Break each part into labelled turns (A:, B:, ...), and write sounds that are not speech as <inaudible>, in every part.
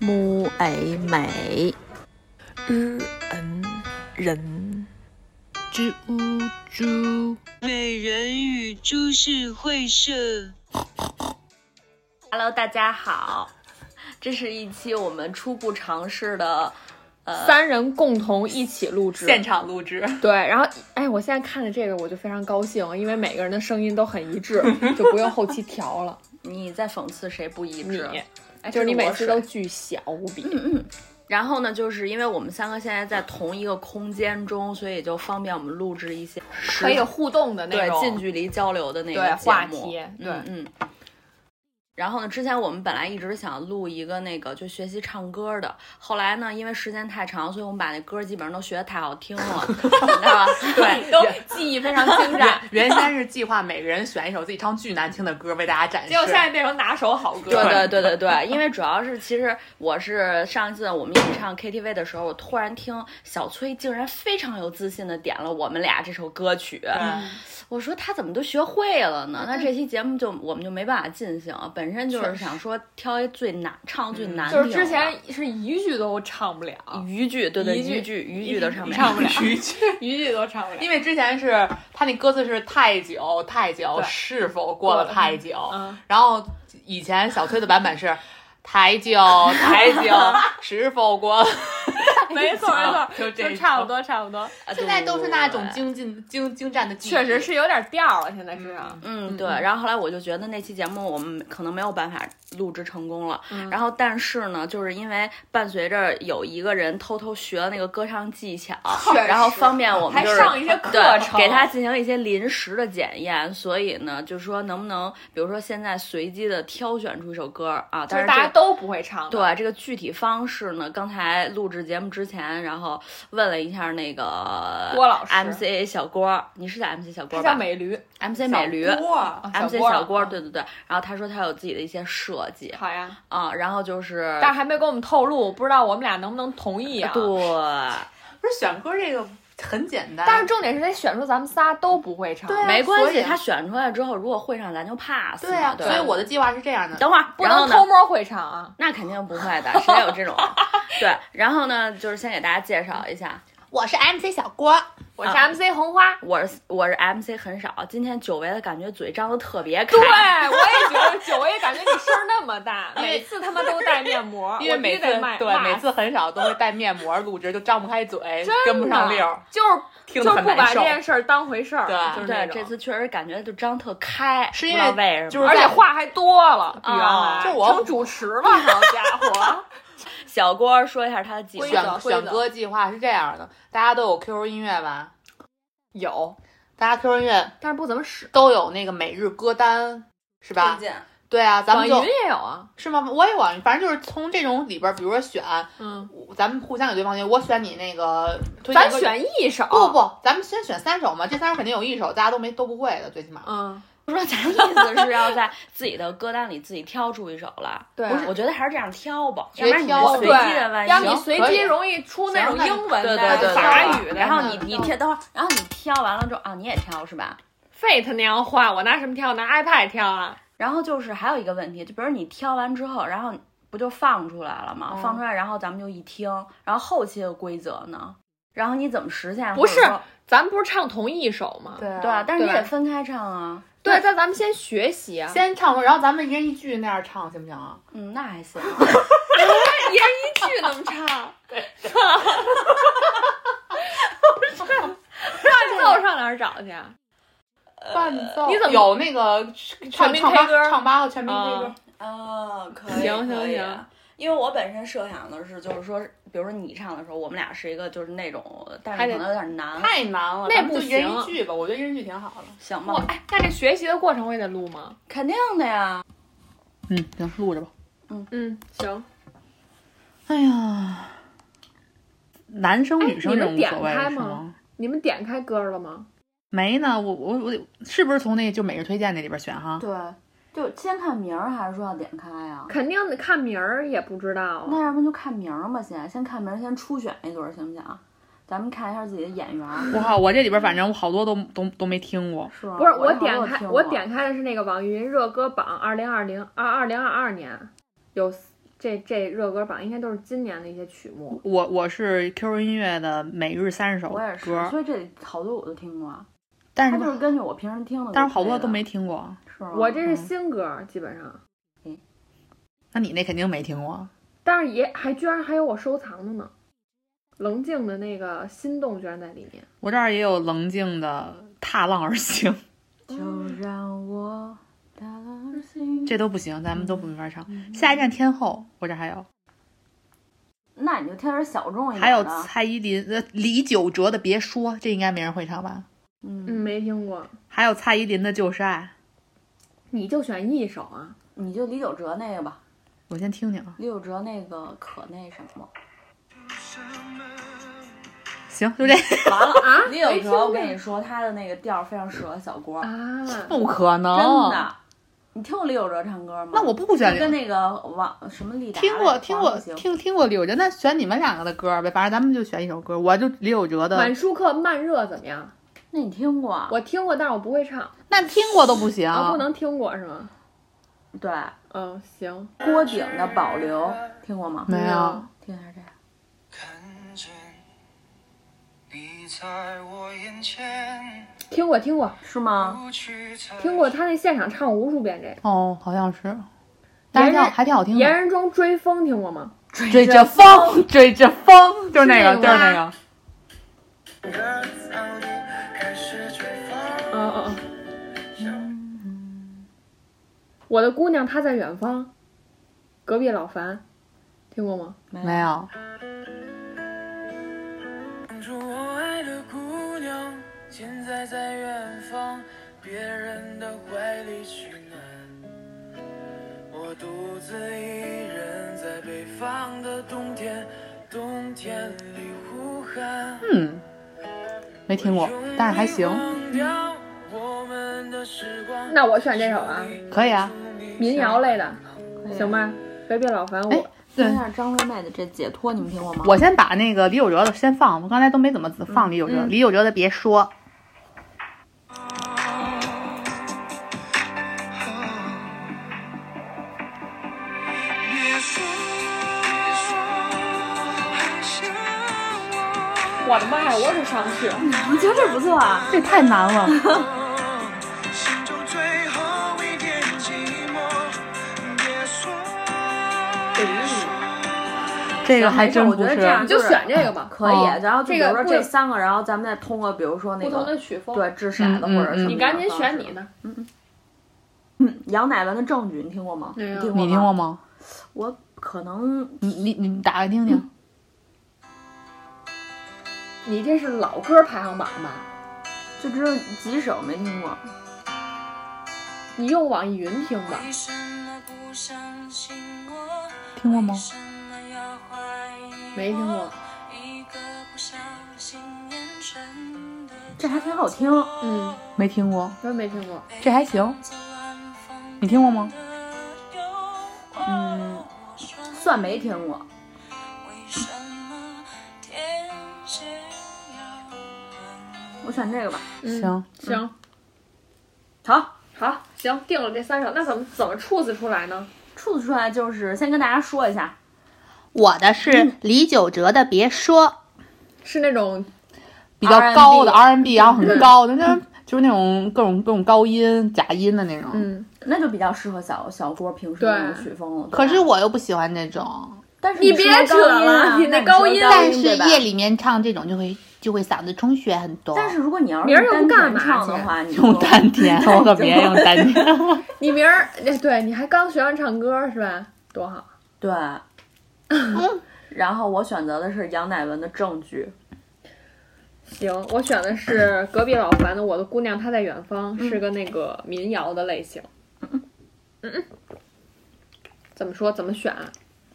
A: mu a 美
B: r n 人
A: zhu u 猪。
C: 美人与株式会社。
D: Hello，大家好，这是一期我们初步尝试的
E: 三人共同一起录制
B: 现场录制，
E: 对，然后哎，我现在看着这个我就非常高兴，因为每个人的声音都很一 <laughs> 致，就不用后期调了。
D: 你在讽刺谁不一
E: 你
D: 致？哎
E: 就是你嗯每
D: 这
E: 次
D: 我水
E: 都巨小无比，
D: 然后呢，就是因为我们三个现在在同一个空间中，所以也就方便我们录制一些实
E: 可以互动的那
D: 对
E: 种。
D: 近距离交流的那个
E: 对
D: 节
E: 话
D: 目
E: 题
D: 嗯
E: 对
D: 嗯。然后呢，之前我们本来一直想录一个那个就学习唱歌的，后来呢，因为时间太长，所以我们把那歌基本上都学的太好听了，你知
E: <laughs>
D: 道吧？ <laughs> 对，
E: 都记忆非常
D: <laughs>
E: 精湛。
B: 原先是计划每个人选一首自己唱巨难听的歌为大家展示， <laughs>
E: 结果现在变成拿手好歌，
D: 对对对对对，因为主要是其实我是上一次我们一起唱 KTV 的时候，我突然听小崔竟然非常有自信的点了我们俩这首歌曲，
B: 对
D: 我说他怎么都学会了呢？那这期节目就我们就没办法进行啊，本身就是想说挑一最难唱最难听
E: 就
D: 的，
E: 是之前是一句都唱不了，
D: 余句对对
E: 一句
D: 余句余句都唱不了，
E: 唱不了，
B: 一句。
E: <laughs> <laughs> 一句都唱不了。
B: 因为之前是他那歌词是太久太久，
E: 对
B: 是否过了太久？
E: 嗯
B: 然后以前小崔的版本是太久太 <laughs> 久，是否过了？
E: 没错没错，
B: 就这一
E: 就差不多差不多，
D: <laughs> 啊
B: 现在都是那种
D: 对
B: 精进精精湛的技艺，
E: 确实是有点调了，现在身上。
D: 嗯，对。然后后来我就觉得那期节目我们可能没有办法录制成功了。
E: 嗯
D: 然后但是呢，就是因为伴随着有一个人偷偷学了那个歌唱技巧，然后方便我们
E: 还
D: 就是
E: 上一些课
D: 对
E: 程，
D: 给他进行一些临时的检验。所以呢，就是说能不能，比如说现在随机的挑选出一首歌啊？
E: 就
D: 但
E: 是
D: 是
E: 大
D: 这
E: 家
D: 个
E: 都不会唱的。
D: 对这个具体方式呢，刚才录制节目之前，然后问了一下那个
E: 郭老师
D: MC 小郭，你是叫 MC 小
E: 他
D: 郭
E: 叫
D: 吧
E: 美驴，
D: ？MC 美驴，
E: 啊
D: MC
E: 郭
D: 小郭，，对对对，然后他说他有自己的一些设计
E: 好呀，
D: 啊，然后就是
B: 呃
E: 但是还没给我们透露，不知道我们俩能不能同意啊？
D: 对，
B: 不是选歌这个很简单，
E: 但是重点是得选出咱们仨都不会唱，
B: 对啊
D: 没关
B: 所以
D: 系，
B: 啊
D: 他选出来之后，如果会上咱就 pass
B: 对啊
D: 嘛，对
B: 所以我的计划是这样的，
D: 等会儿
E: 不
D: 然后
E: 能
D: 呢
E: 偷摸会唱啊。
D: 那肯定不会的，谁有这 <laughs> 种？对，然后呢，就是先给大家介绍一下，
B: 我是 MC 小郭，
E: 我
B: 啊
E: 是 MC 红
B: <laughs>
E: 花，
D: 我是我是 MC 很少，今天久违的感觉嘴张的特别开
E: 对，我也觉得久违，感觉你声儿那么
B: <laughs>
E: 大，每次他妈都戴面膜，
B: 因为每
E: 我
B: 次
E: 必须得卖
B: 对每次很少都会戴面膜录制，就张不开嘴，跟不上溜儿，，
E: 真的就是
B: 听
E: 就是
B: 得很
E: 不把
B: 难
E: 这
B: 受。
E: 件事儿当回事儿，
B: 对
E: 就是那
D: 对，
E: 种
D: 这次确实感觉就张特开，不
B: 是因
D: 知道
B: 为
D: 为什么，
B: 就是
E: 而且
B: 在
E: 话还多了，比原来
D: 啊
B: 就我
E: 成主持了，好家
B: <laughs>
E: 伙，
D: 小郭说一下他的计
E: 规
D: 划，
E: 则规
B: 选
E: 则
B: 选歌计划是这样的，大家都有 QQ 音乐吧？
E: 有，
B: 大家 QQ 音乐
E: 但是不怎么使。
B: 都有那个每日歌单是吧？对啊，咱
E: 网
B: 们
E: 易云
B: 就
E: 也有啊，
B: 是吗？我也网，反正就是从这种里边儿，比如说选，
E: 嗯，
B: 咱们互相给对方建议，我选你那个推荐
E: 咱
B: 歌曲，
E: 选一首，
B: 不不不，咱们先选三首嘛，这三首肯定有一首大家都没都不会的，最起码。
E: 嗯，
D: 我说咱意思是要在自己的歌单里自己挑出一首来，
E: <laughs> 对
D: 不是？我觉得还是这样挑吧，
B: 直
D: 要不然
B: 接
D: 你
B: 挑
D: 这随机的
E: 对，
D: 万
E: 要
D: 一
E: 你
B: 行
E: 随
B: 可
E: 机
B: 以
E: 容易出那种
B: 行
E: 英文
D: 对对
E: 的、
D: 对对
E: 法
D: 对
E: 语的，
D: 然后你你
E: 挑
D: 挑，等会儿，然后你挑完了之后啊，你也挑是吧？
E: 费他娘话，我拿什么挑？拿 iPad 挑啊？
D: 然后就是还有一个问题，就比如你挑完之后，然后不就放出来了吗？
E: 嗯
D: 放出来，然后咱们就一听，然后后期的规则呢？然后你怎么实现？
E: 不是
D: 或者说
E: 咱们不是唱同一首吗？
B: 啊
D: 对啊，但是你
E: 对
D: 得分开唱啊。
E: 对，但咱们先学习啊，
B: 先唱歌，然后咱们一人一句那样唱，行不行啊？
D: 嗯，那还行。
E: 一人一句能
B: <laughs>
E: 唱， <laughs> 伴奏上哪儿找去啊？
B: 伴奏
E: 你怎么
B: 有那个
E: 全
B: 唱
E: 民
B: 唱吧嗯
E: K 歌
B: 唱吧和全民 K 歌
E: 啊？
D: 哦，可
E: 以行行可以行。
D: 因为我本身设想的是，就是说，比如说你唱的时候，我们俩是一个就是那种，但
E: 还
D: 是
E: 得
D: 可能有点难，
B: 太难了，
E: 那
B: 咱
E: 不
B: 们就一人
E: 行
B: 一句吧，我觉得一人一句挺好的。
D: 行
E: 我
D: 吧？
E: 哎，那这学习的过程我也得录吗？
D: 肯定的呀。
B: 嗯，行，录着吧。
E: 嗯，行。
B: 哎呀，男生
E: 女生哎你们这无所谓点开吗是吗？你们点开歌了吗？
B: 没呢，我我我是不是从那就每日推荐那里边选哈？
D: 对，就先看名儿，还是说要点开呀？
E: 肯定得看名儿也不知道啊。
D: 那要不就看名儿吧，先先看名儿，先初选一对儿，行不行？咱们看一下自己的演员，
B: 我靠，我这里边反正我好多都都都没听过。
D: 是吧？
E: 不是
D: 我
E: 我
D: 这好多
E: 点
D: 都
E: 开
D: 听
E: 我
D: 过
E: 点开的是那个网易云热歌榜二零二零二二零二二年，有这这热歌榜应该都是今年的一些曲目，
B: 我我是 QQ 音乐的每日三十首
D: 我也是，
B: 歌，
D: 所以这里好多我都听过，啊
B: 但
D: 他
B: 是
D: 就是根据我平时听的，
B: 但是好多都没，听过。
D: 是吗？
E: 我这是新歌，基本上，
B: 那你那肯定没听过，
E: 但是也还居然还有我收藏的呢，棱镜的那个心动居然在里面，
B: 我这儿也有棱镜的《踏浪而行》，
D: 就让我打了心。
B: 这都不行，咱们都不没法唱。 <laughs> 下一站天后，我这儿还有，
D: 那你就挑点小众一点
B: 还有
D: 的，
B: 蔡依林、呃李玖哲的《别说》，这应该没人会唱吧？
E: 嗯，
D: 嗯，
E: 没听过，
B: 还有蔡依林的《就是爱
E: 你就选一首啊，
D: 你就李玖哲那个吧，》，
B: 我先听听啊。
D: 李玖哲那个可那什么，
B: 行，就这，
D: 完了
E: 啊
D: <laughs> 李玖
E: 没听
D: 哲，
E: 过
D: 我跟你说，他的那个调儿非常适合小郭，
E: 啊， <laughs>
B: 不可能，
D: 真的。你听过李玖哲唱歌吗？
B: 那我不选
D: 就
B: 李
D: 跟那个王什么李达
B: 听过
D: 来着
B: 听过
D: 黄不行
B: 听听过李友哲，那选你们两个的歌呗，反正咱们就选一首歌，我就李友哲的
E: 满，舒克慢热怎么样？
D: 那你听过？
E: 我听过，但是我不会唱，
B: 那听过都不行，
E: 啊，不能听过是吗？
D: 对
E: 嗯，行，
D: 郭顶的《保留》听过吗？
B: 没有，
D: 听一下这个。
C: 看见你在我眼前，
E: 听过听过
D: 是吗？
C: 不去猜
E: 听过，他那现场唱无数遍这个。
B: 哦，好像是，但是挺好还挺好听
E: 言
B: 的，
E: 人中追风听过吗？
B: 追着风 <laughs> 追着风，就是那个
E: 是那个
B: 就是那
E: 吗
B: 个，
C: 干草地开始吹风，
E: 嗯嗯嗯。我的姑娘她在远方，隔壁老樊，听过吗？
B: 没有，
C: 当初我爱的姑娘，现在在远方别人的怀里取暖。我独自一人在北方的冬天，冬天里呼喊。
B: 嗯，没听过，但是还行，
E: 那我选这首啊，
B: 可以啊，
E: 民谣类的，行吧？隔壁老樊，我
D: 听
B: 对
D: 一。下张惠妹的这《解脱》，你们听过吗？
B: 哎我先把那个李友哲的先放，我刚才都没怎么仔放李友哲，李友哲的别说，
C: 别说，还想我，
E: 我的妈呀，我可上不去。
D: 你觉得这不错啊？
B: 这太
C: <laughs>
B: 难了，
C: 心中最后一点寂寞。别说，
B: 这个还
D: 没事
B: 真
D: 我
B: 不
D: 觉得
B: 是
D: 这。样
E: 你就选这个吧，
D: 可以，
B: 哦
D: 然后就
E: 这
D: 比
E: 个
D: 如说
E: 不
D: 这三个，然后咱们再通过，比如说那
E: 不同的
D: 个
E: 曲风。
D: 对掷骰子或者
B: 嗯嗯
D: 什
B: 嗯
D: 么。
E: 哦你赶紧选你。的。
D: 嗯，杨乃文的《证据》，你听过吗？
E: 没有
D: 你听过
B: 你听过
D: 吗？
B: 吗？
D: 我可能
B: 你你你打开听听，
E: 你这是老歌排行榜吧？
D: 就只有几首没听过。
E: 你用网易云听吧。
F: 为什么不相信我？
B: 听过吗
F: 为？什么要怀疑？
E: 没听过。
F: 一个不小心眼神的
D: 这还挺好听，
E: 嗯，
B: 没听过，
E: 真没听过。
B: 这还行。
F: 左晚风
B: 你听过吗？
F: 的右嗯，
D: 算没听过。
F: 为什么天气要
D: 我选这个吧。
E: 嗯
B: 行，
E: 行
D: 好，
E: 好行，定了这三首，那怎么怎么处子出来呢？
D: 处子出来就是先跟大家说一下，
B: 我的是李玖哲的《别说》，
E: 是那种
B: 比较高的
D: R&B
B: R&B，然后很高的，那就是那种各种各种高音、假音的那种。
E: 嗯，
D: 那就比较适合小小郭平时的那种
E: 对
D: 曲风了。对吧
B: 可是，我又不喜欢这种，
D: 但是
E: 你
D: 你
E: 别
D: 是
E: 扯
D: 高音啊
E: 了你那
D: 那
E: 高
D: 你
E: 音
D: 是
B: 但是
D: 对吧
B: 夜里面唱这种就会就会嗓子充血很多。
D: 但是如果你要是
E: 明儿又
D: 单
E: 不干
D: 纯
E: 嘛
D: 唱的
E: 去
D: 话，你就
B: 用丹 <laughs> 田，我可别用丹田。
E: 你明儿哎对，你还刚学完唱歌是吧？多好。
D: 对。嗯然后我选择的是杨乃文的《证据
E: 行，我选的是隔壁老樊的《我的姑娘她在远方》，是个那个民谣的类嗯型。嗯嗯，怎么说？怎么选啊？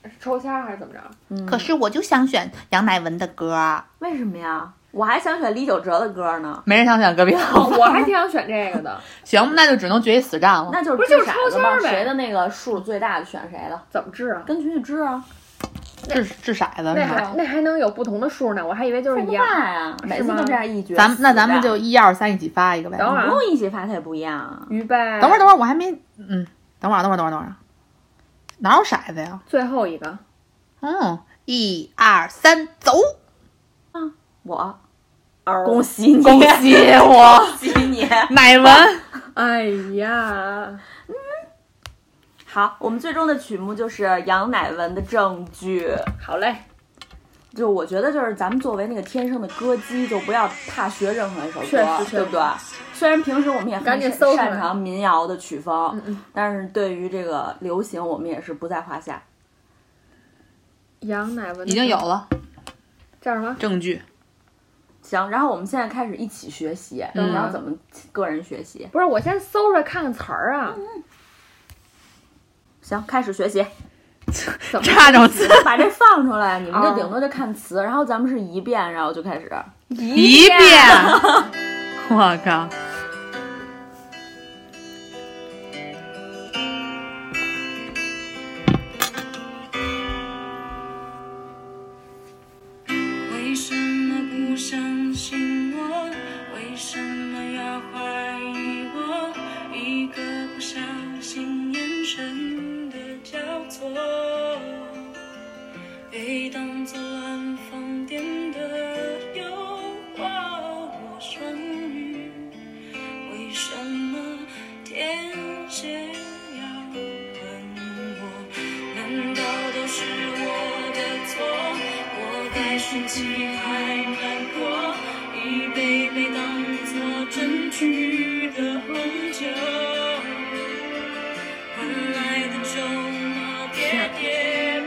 E: 是抽签儿还是 <laughs> 怎么着？》。
B: 可是我就想选杨乃文的歌，
D: 为什么呀？我还想选李玖哲的歌呢。
B: 没人想选隔壁
E: 哦
B: 老。，
E: 我还挺想选这个的。
B: 行，那就只能决一死战了。
D: 那就是
E: 哦不是就是
D: 掷
E: 抽
D: 骰子
E: 签
D: 吧
E: 儿呗
D: 谁的那个数最大就选谁的，
E: 怎么治啊？
D: 跟群去掷啊，
B: 掷掷骰子
E: 那
B: 是吗？
E: 还那还能有不同的数呢？我还以为就是
D: 不
E: 一
D: 卖
E: 样。
D: 啊，每次
E: 吗
D: 都这样一局。
B: 咱们那咱们
D: 死
B: 就一二三一起发一个呗。
E: 等会
D: 战
E: 儿
D: 不
E: 啊，
D: 用一起发，它也不一样啊。
E: 预备。
B: 哎等会儿，等会儿，我还没，嗯，等会儿，等会儿，等会儿，等会儿，啊哪有骰子呀？
E: 最后一个，
B: 嗯，一二三， <laughs> 走！
D: 我，恭喜你，恭喜我，恭喜你。 <laughs>
B: 奶文，
E: 哎呀，
D: 好，我们最终的曲目就是杨乃文的证据。
E: 好嘞，
D: 就我觉得，就是咱们作为那个天生的歌姬，就不要踏学任何一首歌，
E: 确实确实
D: 对不对？虽然平时我们也很
E: 赶紧
D: 擅
E: 搜出来嗯
D: 擅长民谣的曲风，但是对于这个流行，我们也是不在话下。
E: 杨乃文的
B: <laughs> 已经有了
E: 叫什么？
B: 证据。
D: 行，然后我们现在开始一起学习，
B: 嗯
D: 你要怎么个人学习？
E: 不是，我先搜出来看看词儿啊，
D: 行，开始学习，
E: 怎么
B: <laughs> 差种字，
D: 把这放出来，你们
E: 哦
D: 就顶多就看词，然后咱们是一遍，然后就开始。
B: 一遍。 <laughs> 我靠！
C: 为什么不相信我？为什么要怀疑我？一个不小心眼神的交错，被当作暗放电的诱惑，我双鱼。为什么天蝎要问我？难道都是我的错？我该生气还难过，一杯杯当作证据的红酒，换来的咒骂喋喋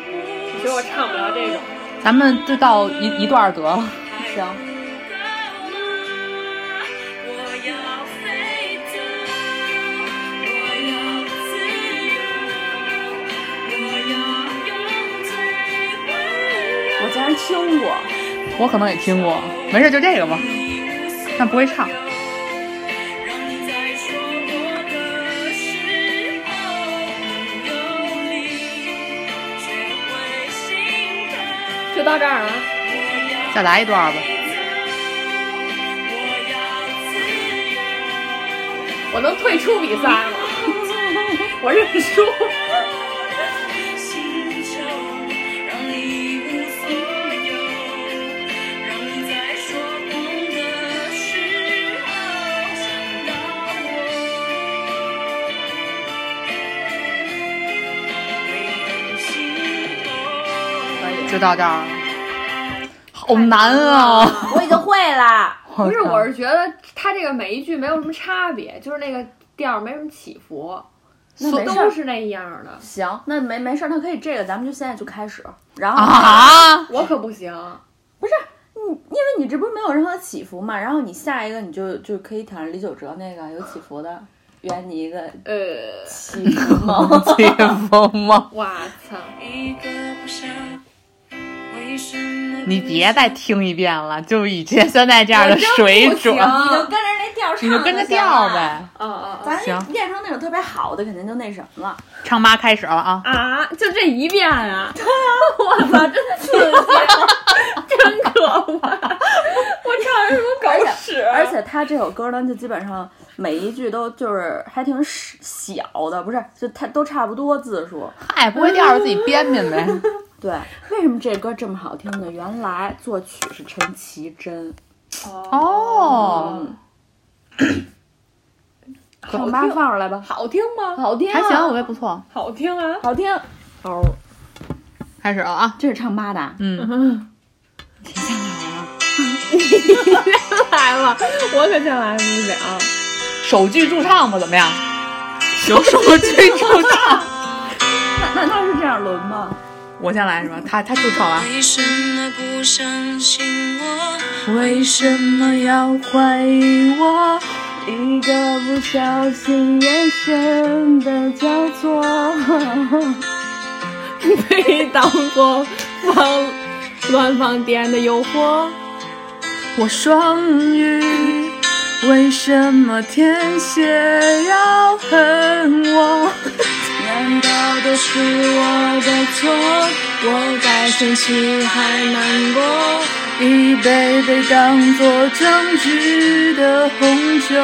C: 不
E: 觉得我唱不了这个。
B: 咱们就到一一段儿得了。
D: 行，
C: 我要飞走，我要自由，我要用最温柔
D: 我竟然听过，
B: 我可能也听过，没事就这个吧，但不会唱。
C: 让你在说我的时候有理，学会心疼。
E: 就到这儿了。
C: 我要。
B: 再来一段儿吧。
E: 我能退出比赛吗？我认 <laughs> 输。
B: 就到这儿了，好难啊！ <laughs>
D: 我已经会
E: <laughs>
D: 了。
E: 不是，我是觉得他这个每一句没有什么差别，就是那个调儿没什么起伏，
D: 那没事
E: 都
D: 儿，
E: 是那一样儿的。
D: 行，那没没事儿，那可以这个，咱们就现在就开始。然后，
B: <laughs> 啊，
E: 我可不行，
D: 嗯因为你这不是没有任何起伏嘛，然后你下一个你就就可以挑战李玖哲那个有起伏的，圆你一个
E: 呃，
D: 起伏梦。
B: 解封吗？ <laughs>
E: 哇操！
B: 你别再听一遍了，就以前现在这样的 <laughs> 水准，
D: 你就跟着那调儿唱，
B: 你就跟着调。呗。
E: 啊啊
D: 咱
B: 行
D: 练成那种特别好的，肯定就那什么了。
B: 唱吧，开始了啊！
E: 啊啊！就这一遍啊，
D: 我操，真刺激！
E: 真可怕！我唱什么狗屎？
D: 而且他这首歌呢，就基本上每一句都就是还挺小的，不是，就他都差不多字数。
B: 嗨，哎不会调儿自己编编呗。
D: 对，为什么这歌这么好听呢？原来作曲是陈绮贞。
B: 哦，
D: 唱吧放出来吧，
E: 好听啊吗？
D: 好听、
B: 还行，我觉得不错。
E: 好听啊！
D: 好听。
B: 开始了啊！
D: 这是唱吧的啊，
B: 嗯，
E: 来了，我可真来不了。
B: 首句驻唱吧，怎么样？行，首句驻唱。
D: 那难道是这样轮吗？
B: <laughs> 我先来是吧？他他驻唱啊完。
C: 为什么不相信我？
B: 为什么要怀疑我？
D: 一个不小心眼神的交
B: <laughs>
D: 错，
E: 被当作
B: <laughs>
E: 放乱放电的诱惑，
B: 我双鱼，为什么天蝎要恨我？
C: 难道都是我的错？我该生气还难过？
B: 一杯杯当作证据的红酒，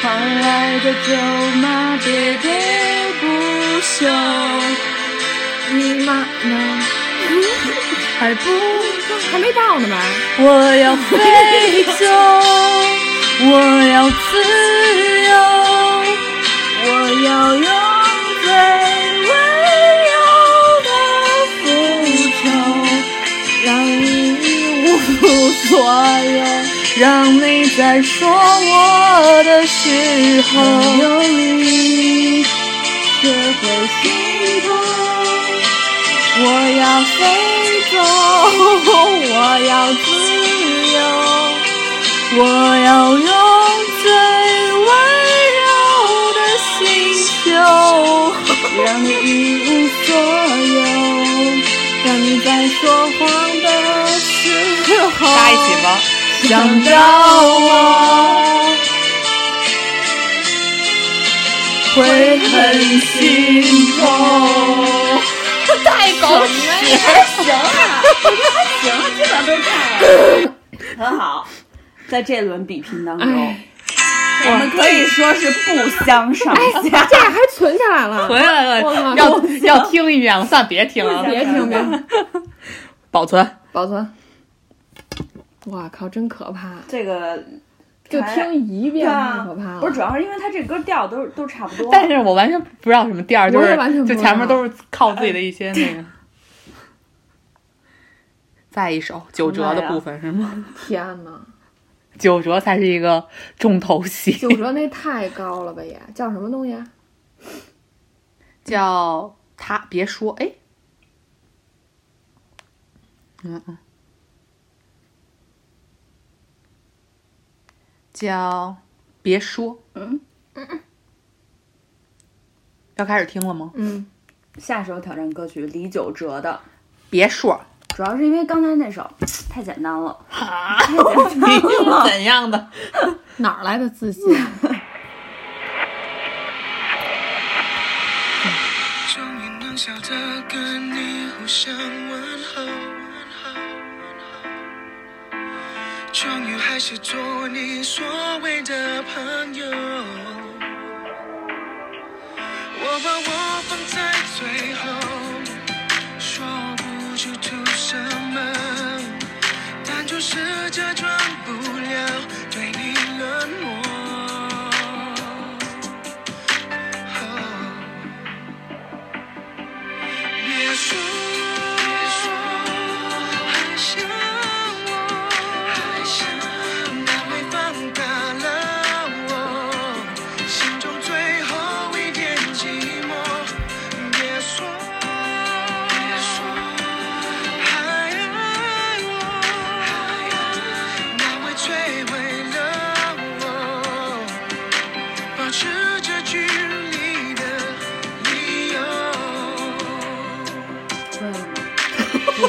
C: 换来的咒骂喋喋不休，
G: 秀，你妈呢？还不
E: 还没到呢吧？
G: 我要飞走，我要自由，我要用最温柔的复仇，让你一无所有，让你在说我的时候有你，学会心痛。我要飞走，我要自由，我要用最温柔的星球，让你一无所有，让你在说谎的时
B: <laughs>
G: 候
B: 大家一起吧。
G: 想找我，会很心痛。
D: 太狗血了，还行啊，我觉得还行，基本上都在了，很好。在这轮比拼当中，我们可以说是不相上下。
E: 这还存下来了，
B: 回来
E: 我靠
B: 了，要要听一遍了，算了别听了，
E: 别 <laughs> 听呗，
B: 保存。
E: 哎保存。哇靠，真可怕！
D: 这 <laughs> 个
E: 就
D: 还
E: 听一
D: 对
E: 遍太
D: 啊
E: 可怕了。
D: 不是，主要是因为它这歌调都都差不多。
B: 但是我完全不知道什么调儿，就
E: 我也
B: 是
E: 完全不
B: 就
E: 知
B: 前面
E: 道
B: 都是靠自己的一些那 <laughs> 个。再一首九折的部分是
E: 啊
B: 吗？
E: 天呐，
B: 九折才是一个重头戏，
E: 九折那太高了吧也？叫什么东西啊？
B: 叫他别说哎，嗯嗯，叫别说，嗯嗯要开始听了吗？
E: 嗯，
D: 下首挑战歌曲李玖哲的，
E: <laughs>
B: 别说，
D: 主要是因为刚才那首太简单了，太简单了。<laughs>
B: <laughs> 怎样的？
G: 哪儿来的自信？
C: 终于能笑着跟你互相问候，终于还是做你所谓的朋友。我把我放在最后，说不出图什么，但就是假装不了对你冷漠。哦别说，别说，还想我，还想那会放大了我心中最后一点寂寞。别说，别说，还爱我，那会摧毁了我。保持着距离的理由。在 <laughs> 我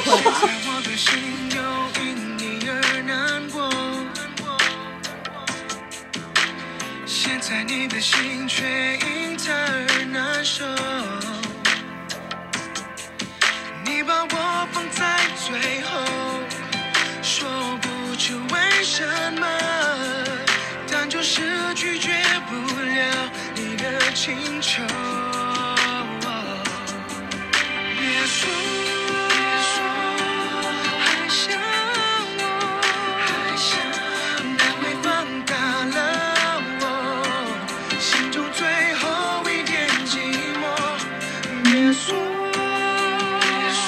C: 的心又因你而难过，现在你的心却因他而难受。你把我放在最后。说不出为什么，但就是拒绝不了你的请求。别说，别说，还想我，还想那会放大了我心中最后一点寂寞。别说，别说。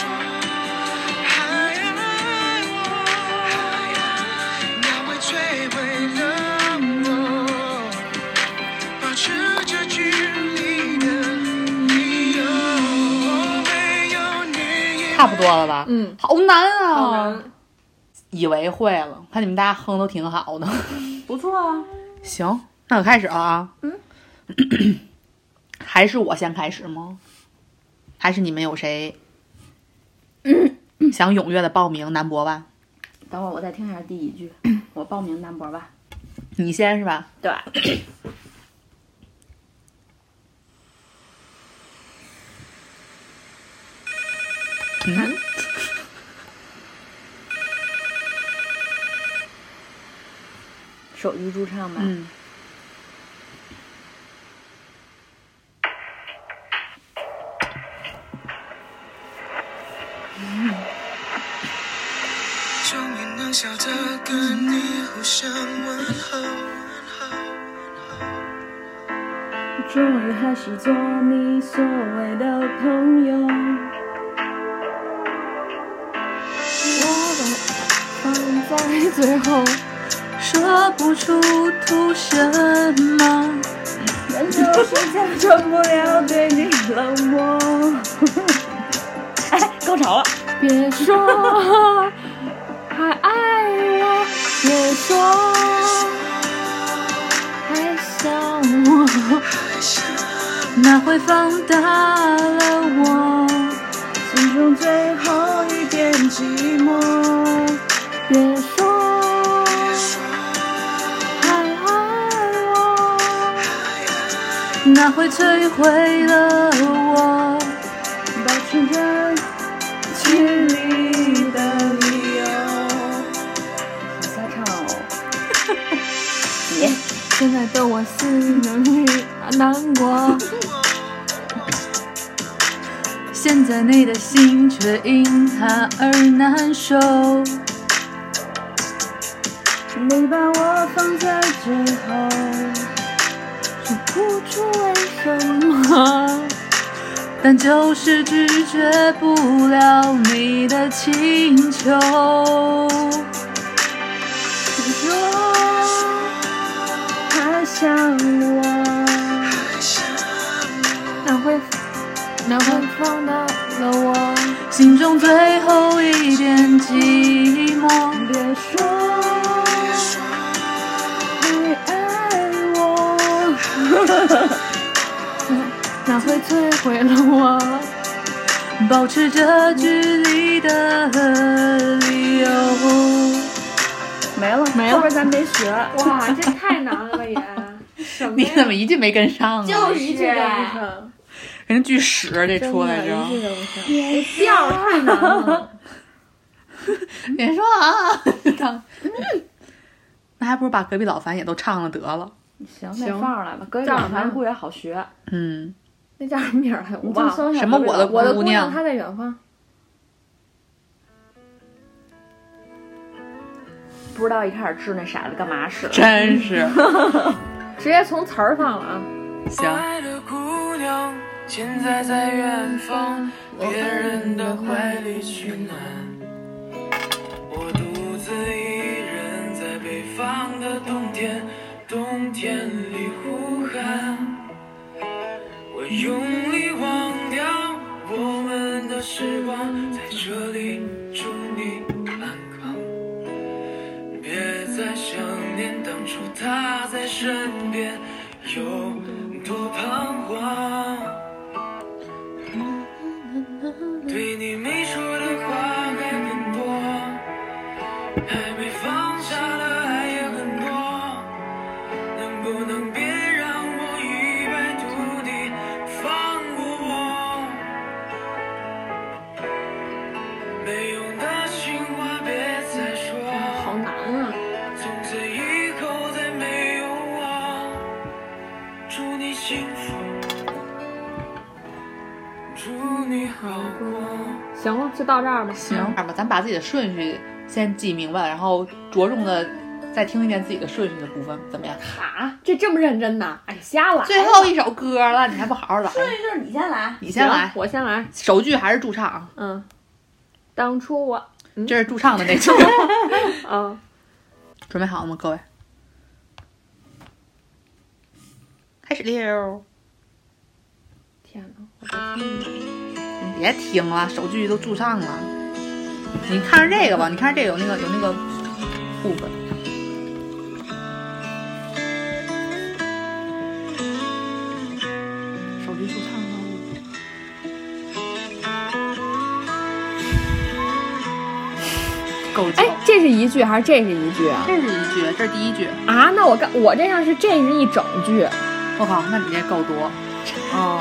C: 还爱我，那会摧毁了我，保持着距离的理由。没有你，
B: 差不多了吧？
E: 嗯，
B: 好难啊！
E: 好
F: 哦
E: 难
B: 以为会了，看你们大家哼都挺
F: <laughs>
B: 好的。
D: 不错啊，
B: 行，那我开始了啊。嗯， <clears throat> 还是我先开始吗？还是你们
F: <coughs>
B: 有谁想踊跃的报名南博吧？
D: 等会儿我再听一下第一 <clears throat> 句，我报名南博吧。
B: 你先是吧？
D: 对， <laughs> 手机驻唱吧。
B: 嗯。
C: 终于能笑着跟你互相问候。
F: 终于还是做你所谓的朋友。我把放在最后，说不出图什么，但就是 <laughs> 假装不了对你冷漠。
D: 哎，高潮了，
F: 别说还爱我，别说还想我，那会放大了我心中最后一点寂寞。别说还爱我，那会摧毁了我，保持着距离的理由。
D: 你在唱哦，
F: 现在的我是能力难过，现在你的心却因他而难受。你把我放在最后，说不出为什么，但就是拒绝不了你的请求。你说。还想我，那会那会放大了我心中最后一点寂寞。别说你爱我，那会摧毁了我，保持着距离的理由。
D: 没了没了，后边咱别学，
E: 哇，这太难了也。什么
B: <laughs> 你
E: 呀
B: 怎么一句没跟上啊？
G: 就是一句
E: 哎
F: 嗯
B: 人家巨屎这出来着， <laughs>
E: 啊调儿太难了，
B: 别说啊，唱那还不如把隔壁老樊也都唱了得了。
D: 行，那放上来吧。隔壁
E: 这样
D: 老
E: 吧
D: 樊顾也好学，
B: 嗯，
E: 那叫什么名儿啊来？我
D: 你
E: 忘
D: 就
E: 了。
D: 搜一下
B: 什么我的
E: 我的
B: 姑
E: 娘
B: 娘，
E: 她在远方，
D: 不知道一开始治那傻子干嘛使的。
B: 真是
E: 直接从词儿放了啊。
C: 我
B: 行。
C: 爱的姑娘，现在在远方，别人的怀里取暖。我独自一人在北方的冬天，冬天里呼喊。我用力忘掉我们的时光，在这里祝你安康。别再想念当初他在身边有多彷徨。对你没说的话还很多，还没放下的爱也很多。能不能别让我一败涂地，放过我？没用的情话别再说，好难啊！从此以后再没有我，祝你幸福，祝你好过。
E: 行了，就到这儿吧。
B: 行，这样吧，咱把自己的顺序先记明白，然后着重的再听一遍自己的顺序的部分，怎么样？
E: 啊，这这么认真呢？哎，瞎来。
B: 最后一首歌了，你还不好好来？
D: 就是你先来，
B: 你先来
E: 行，我先来。
B: 首句还是驻唱，啊
E: 嗯，当初我，
B: 这是驻唱的那 <laughs> 句。
E: 嗯，
B: 准备好了吗，各位？开始溜！
E: 天哪，
B: 你别听了，首句都驻唱了。你看着这个吧，你看着这个有那个有那个部分。首句驻唱了。够久，
E: 哎，这是一句还是这是一句啊？
B: 这是一句，这是第一句。
E: 啊，那我刚我这样是这是一整句。
B: 我靠，哦那你这够多。
E: 哦，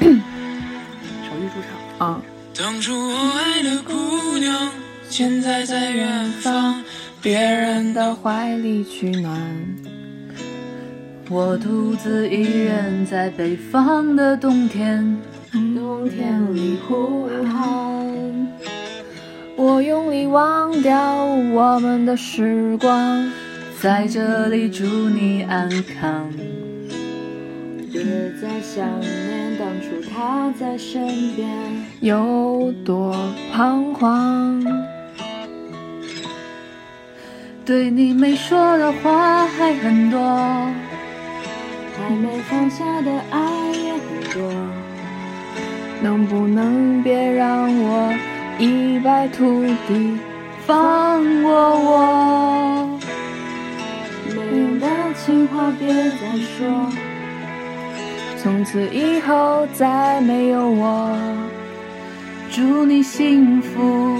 B: 首句驻唱。
E: 啊，
C: 当初我爱的姑娘，现在在远方，别人的
E: 怀里取暖。
F: 我独自一人在北方的冬天，
G: 冬天里呼喊。我用力忘掉我们的时光，在这里祝你安康。别再想念当初他在身边有多彷徨。对你没说的话还很多，还没放下的爱也很多。能不能别让我一败涂地，放过我？没用的情话别再说，从此以后再没有我。祝你幸福，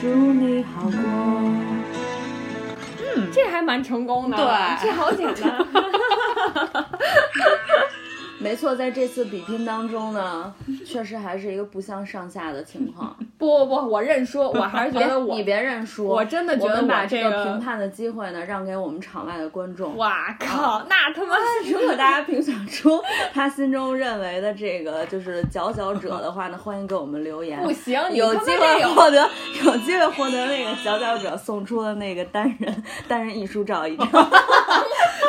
G: 祝你好过。
E: 这还蛮成功的，
D: 对
E: 这好简单。
D: 没错，在这次比拼当中呢，确实还是一个不相上下的情
E: <laughs>
D: 况。
E: 不不不，我认输，我还是觉 <laughs> 得我
D: 你别认输，
E: 我真的觉得
D: 我们把
E: 我
D: 这
E: 这
D: 个
E: 个
D: 评判的机会呢，让给我们场外的观众。啊
E: 哇靠，那他妈是
D: 如果大家评选出他心中认为的这个就是佼佼者的话呢，欢迎给我们留言。
E: 不行，你
D: 有
E: 他妈
D: 机
E: 这
D: 会
E: 有
D: 获得，有机会获得那个佼佼者送出的那个单人单人艺术照一张。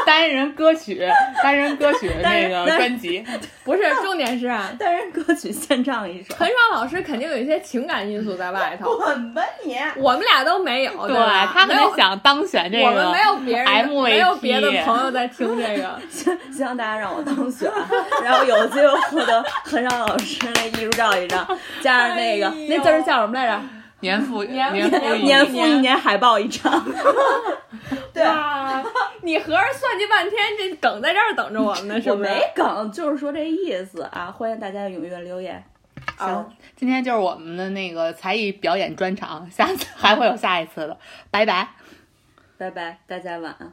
B: 单人歌曲， <laughs> 单人歌曲那个专 <laughs> 辑，
E: 不是重点是 <laughs> 啊，
D: 单人歌曲献唱一首。
E: 陈爽老师肯定有一些情感因素在外 <laughs> 头，
D: 滚吧你！
E: 我们俩都没有，对吧
B: 他肯
E: 没有
B: 定想当选这个。
E: 我们没有别人的，
B: MVP
E: 没有别的朋友在听这个，
D: 希望大家让我当选， <laughs> 然后有机会获得何尚老师那艺术照一张，加上那个、
E: 哎呦
D: 那字儿叫什么来着？
B: 年复
E: 年
B: 年复一
D: 年复一年海报一张。对，
E: 哇，你合着算计半天，这梗在这儿等着我们呢，是
D: 我
E: 不是？
D: 没梗，就是说这意思啊！欢迎大家踊跃留言。行，
B: 啊今天就是我们的那个才艺表演专场，下次还会有下一次的，拜拜。
D: 拜拜，大家晚安。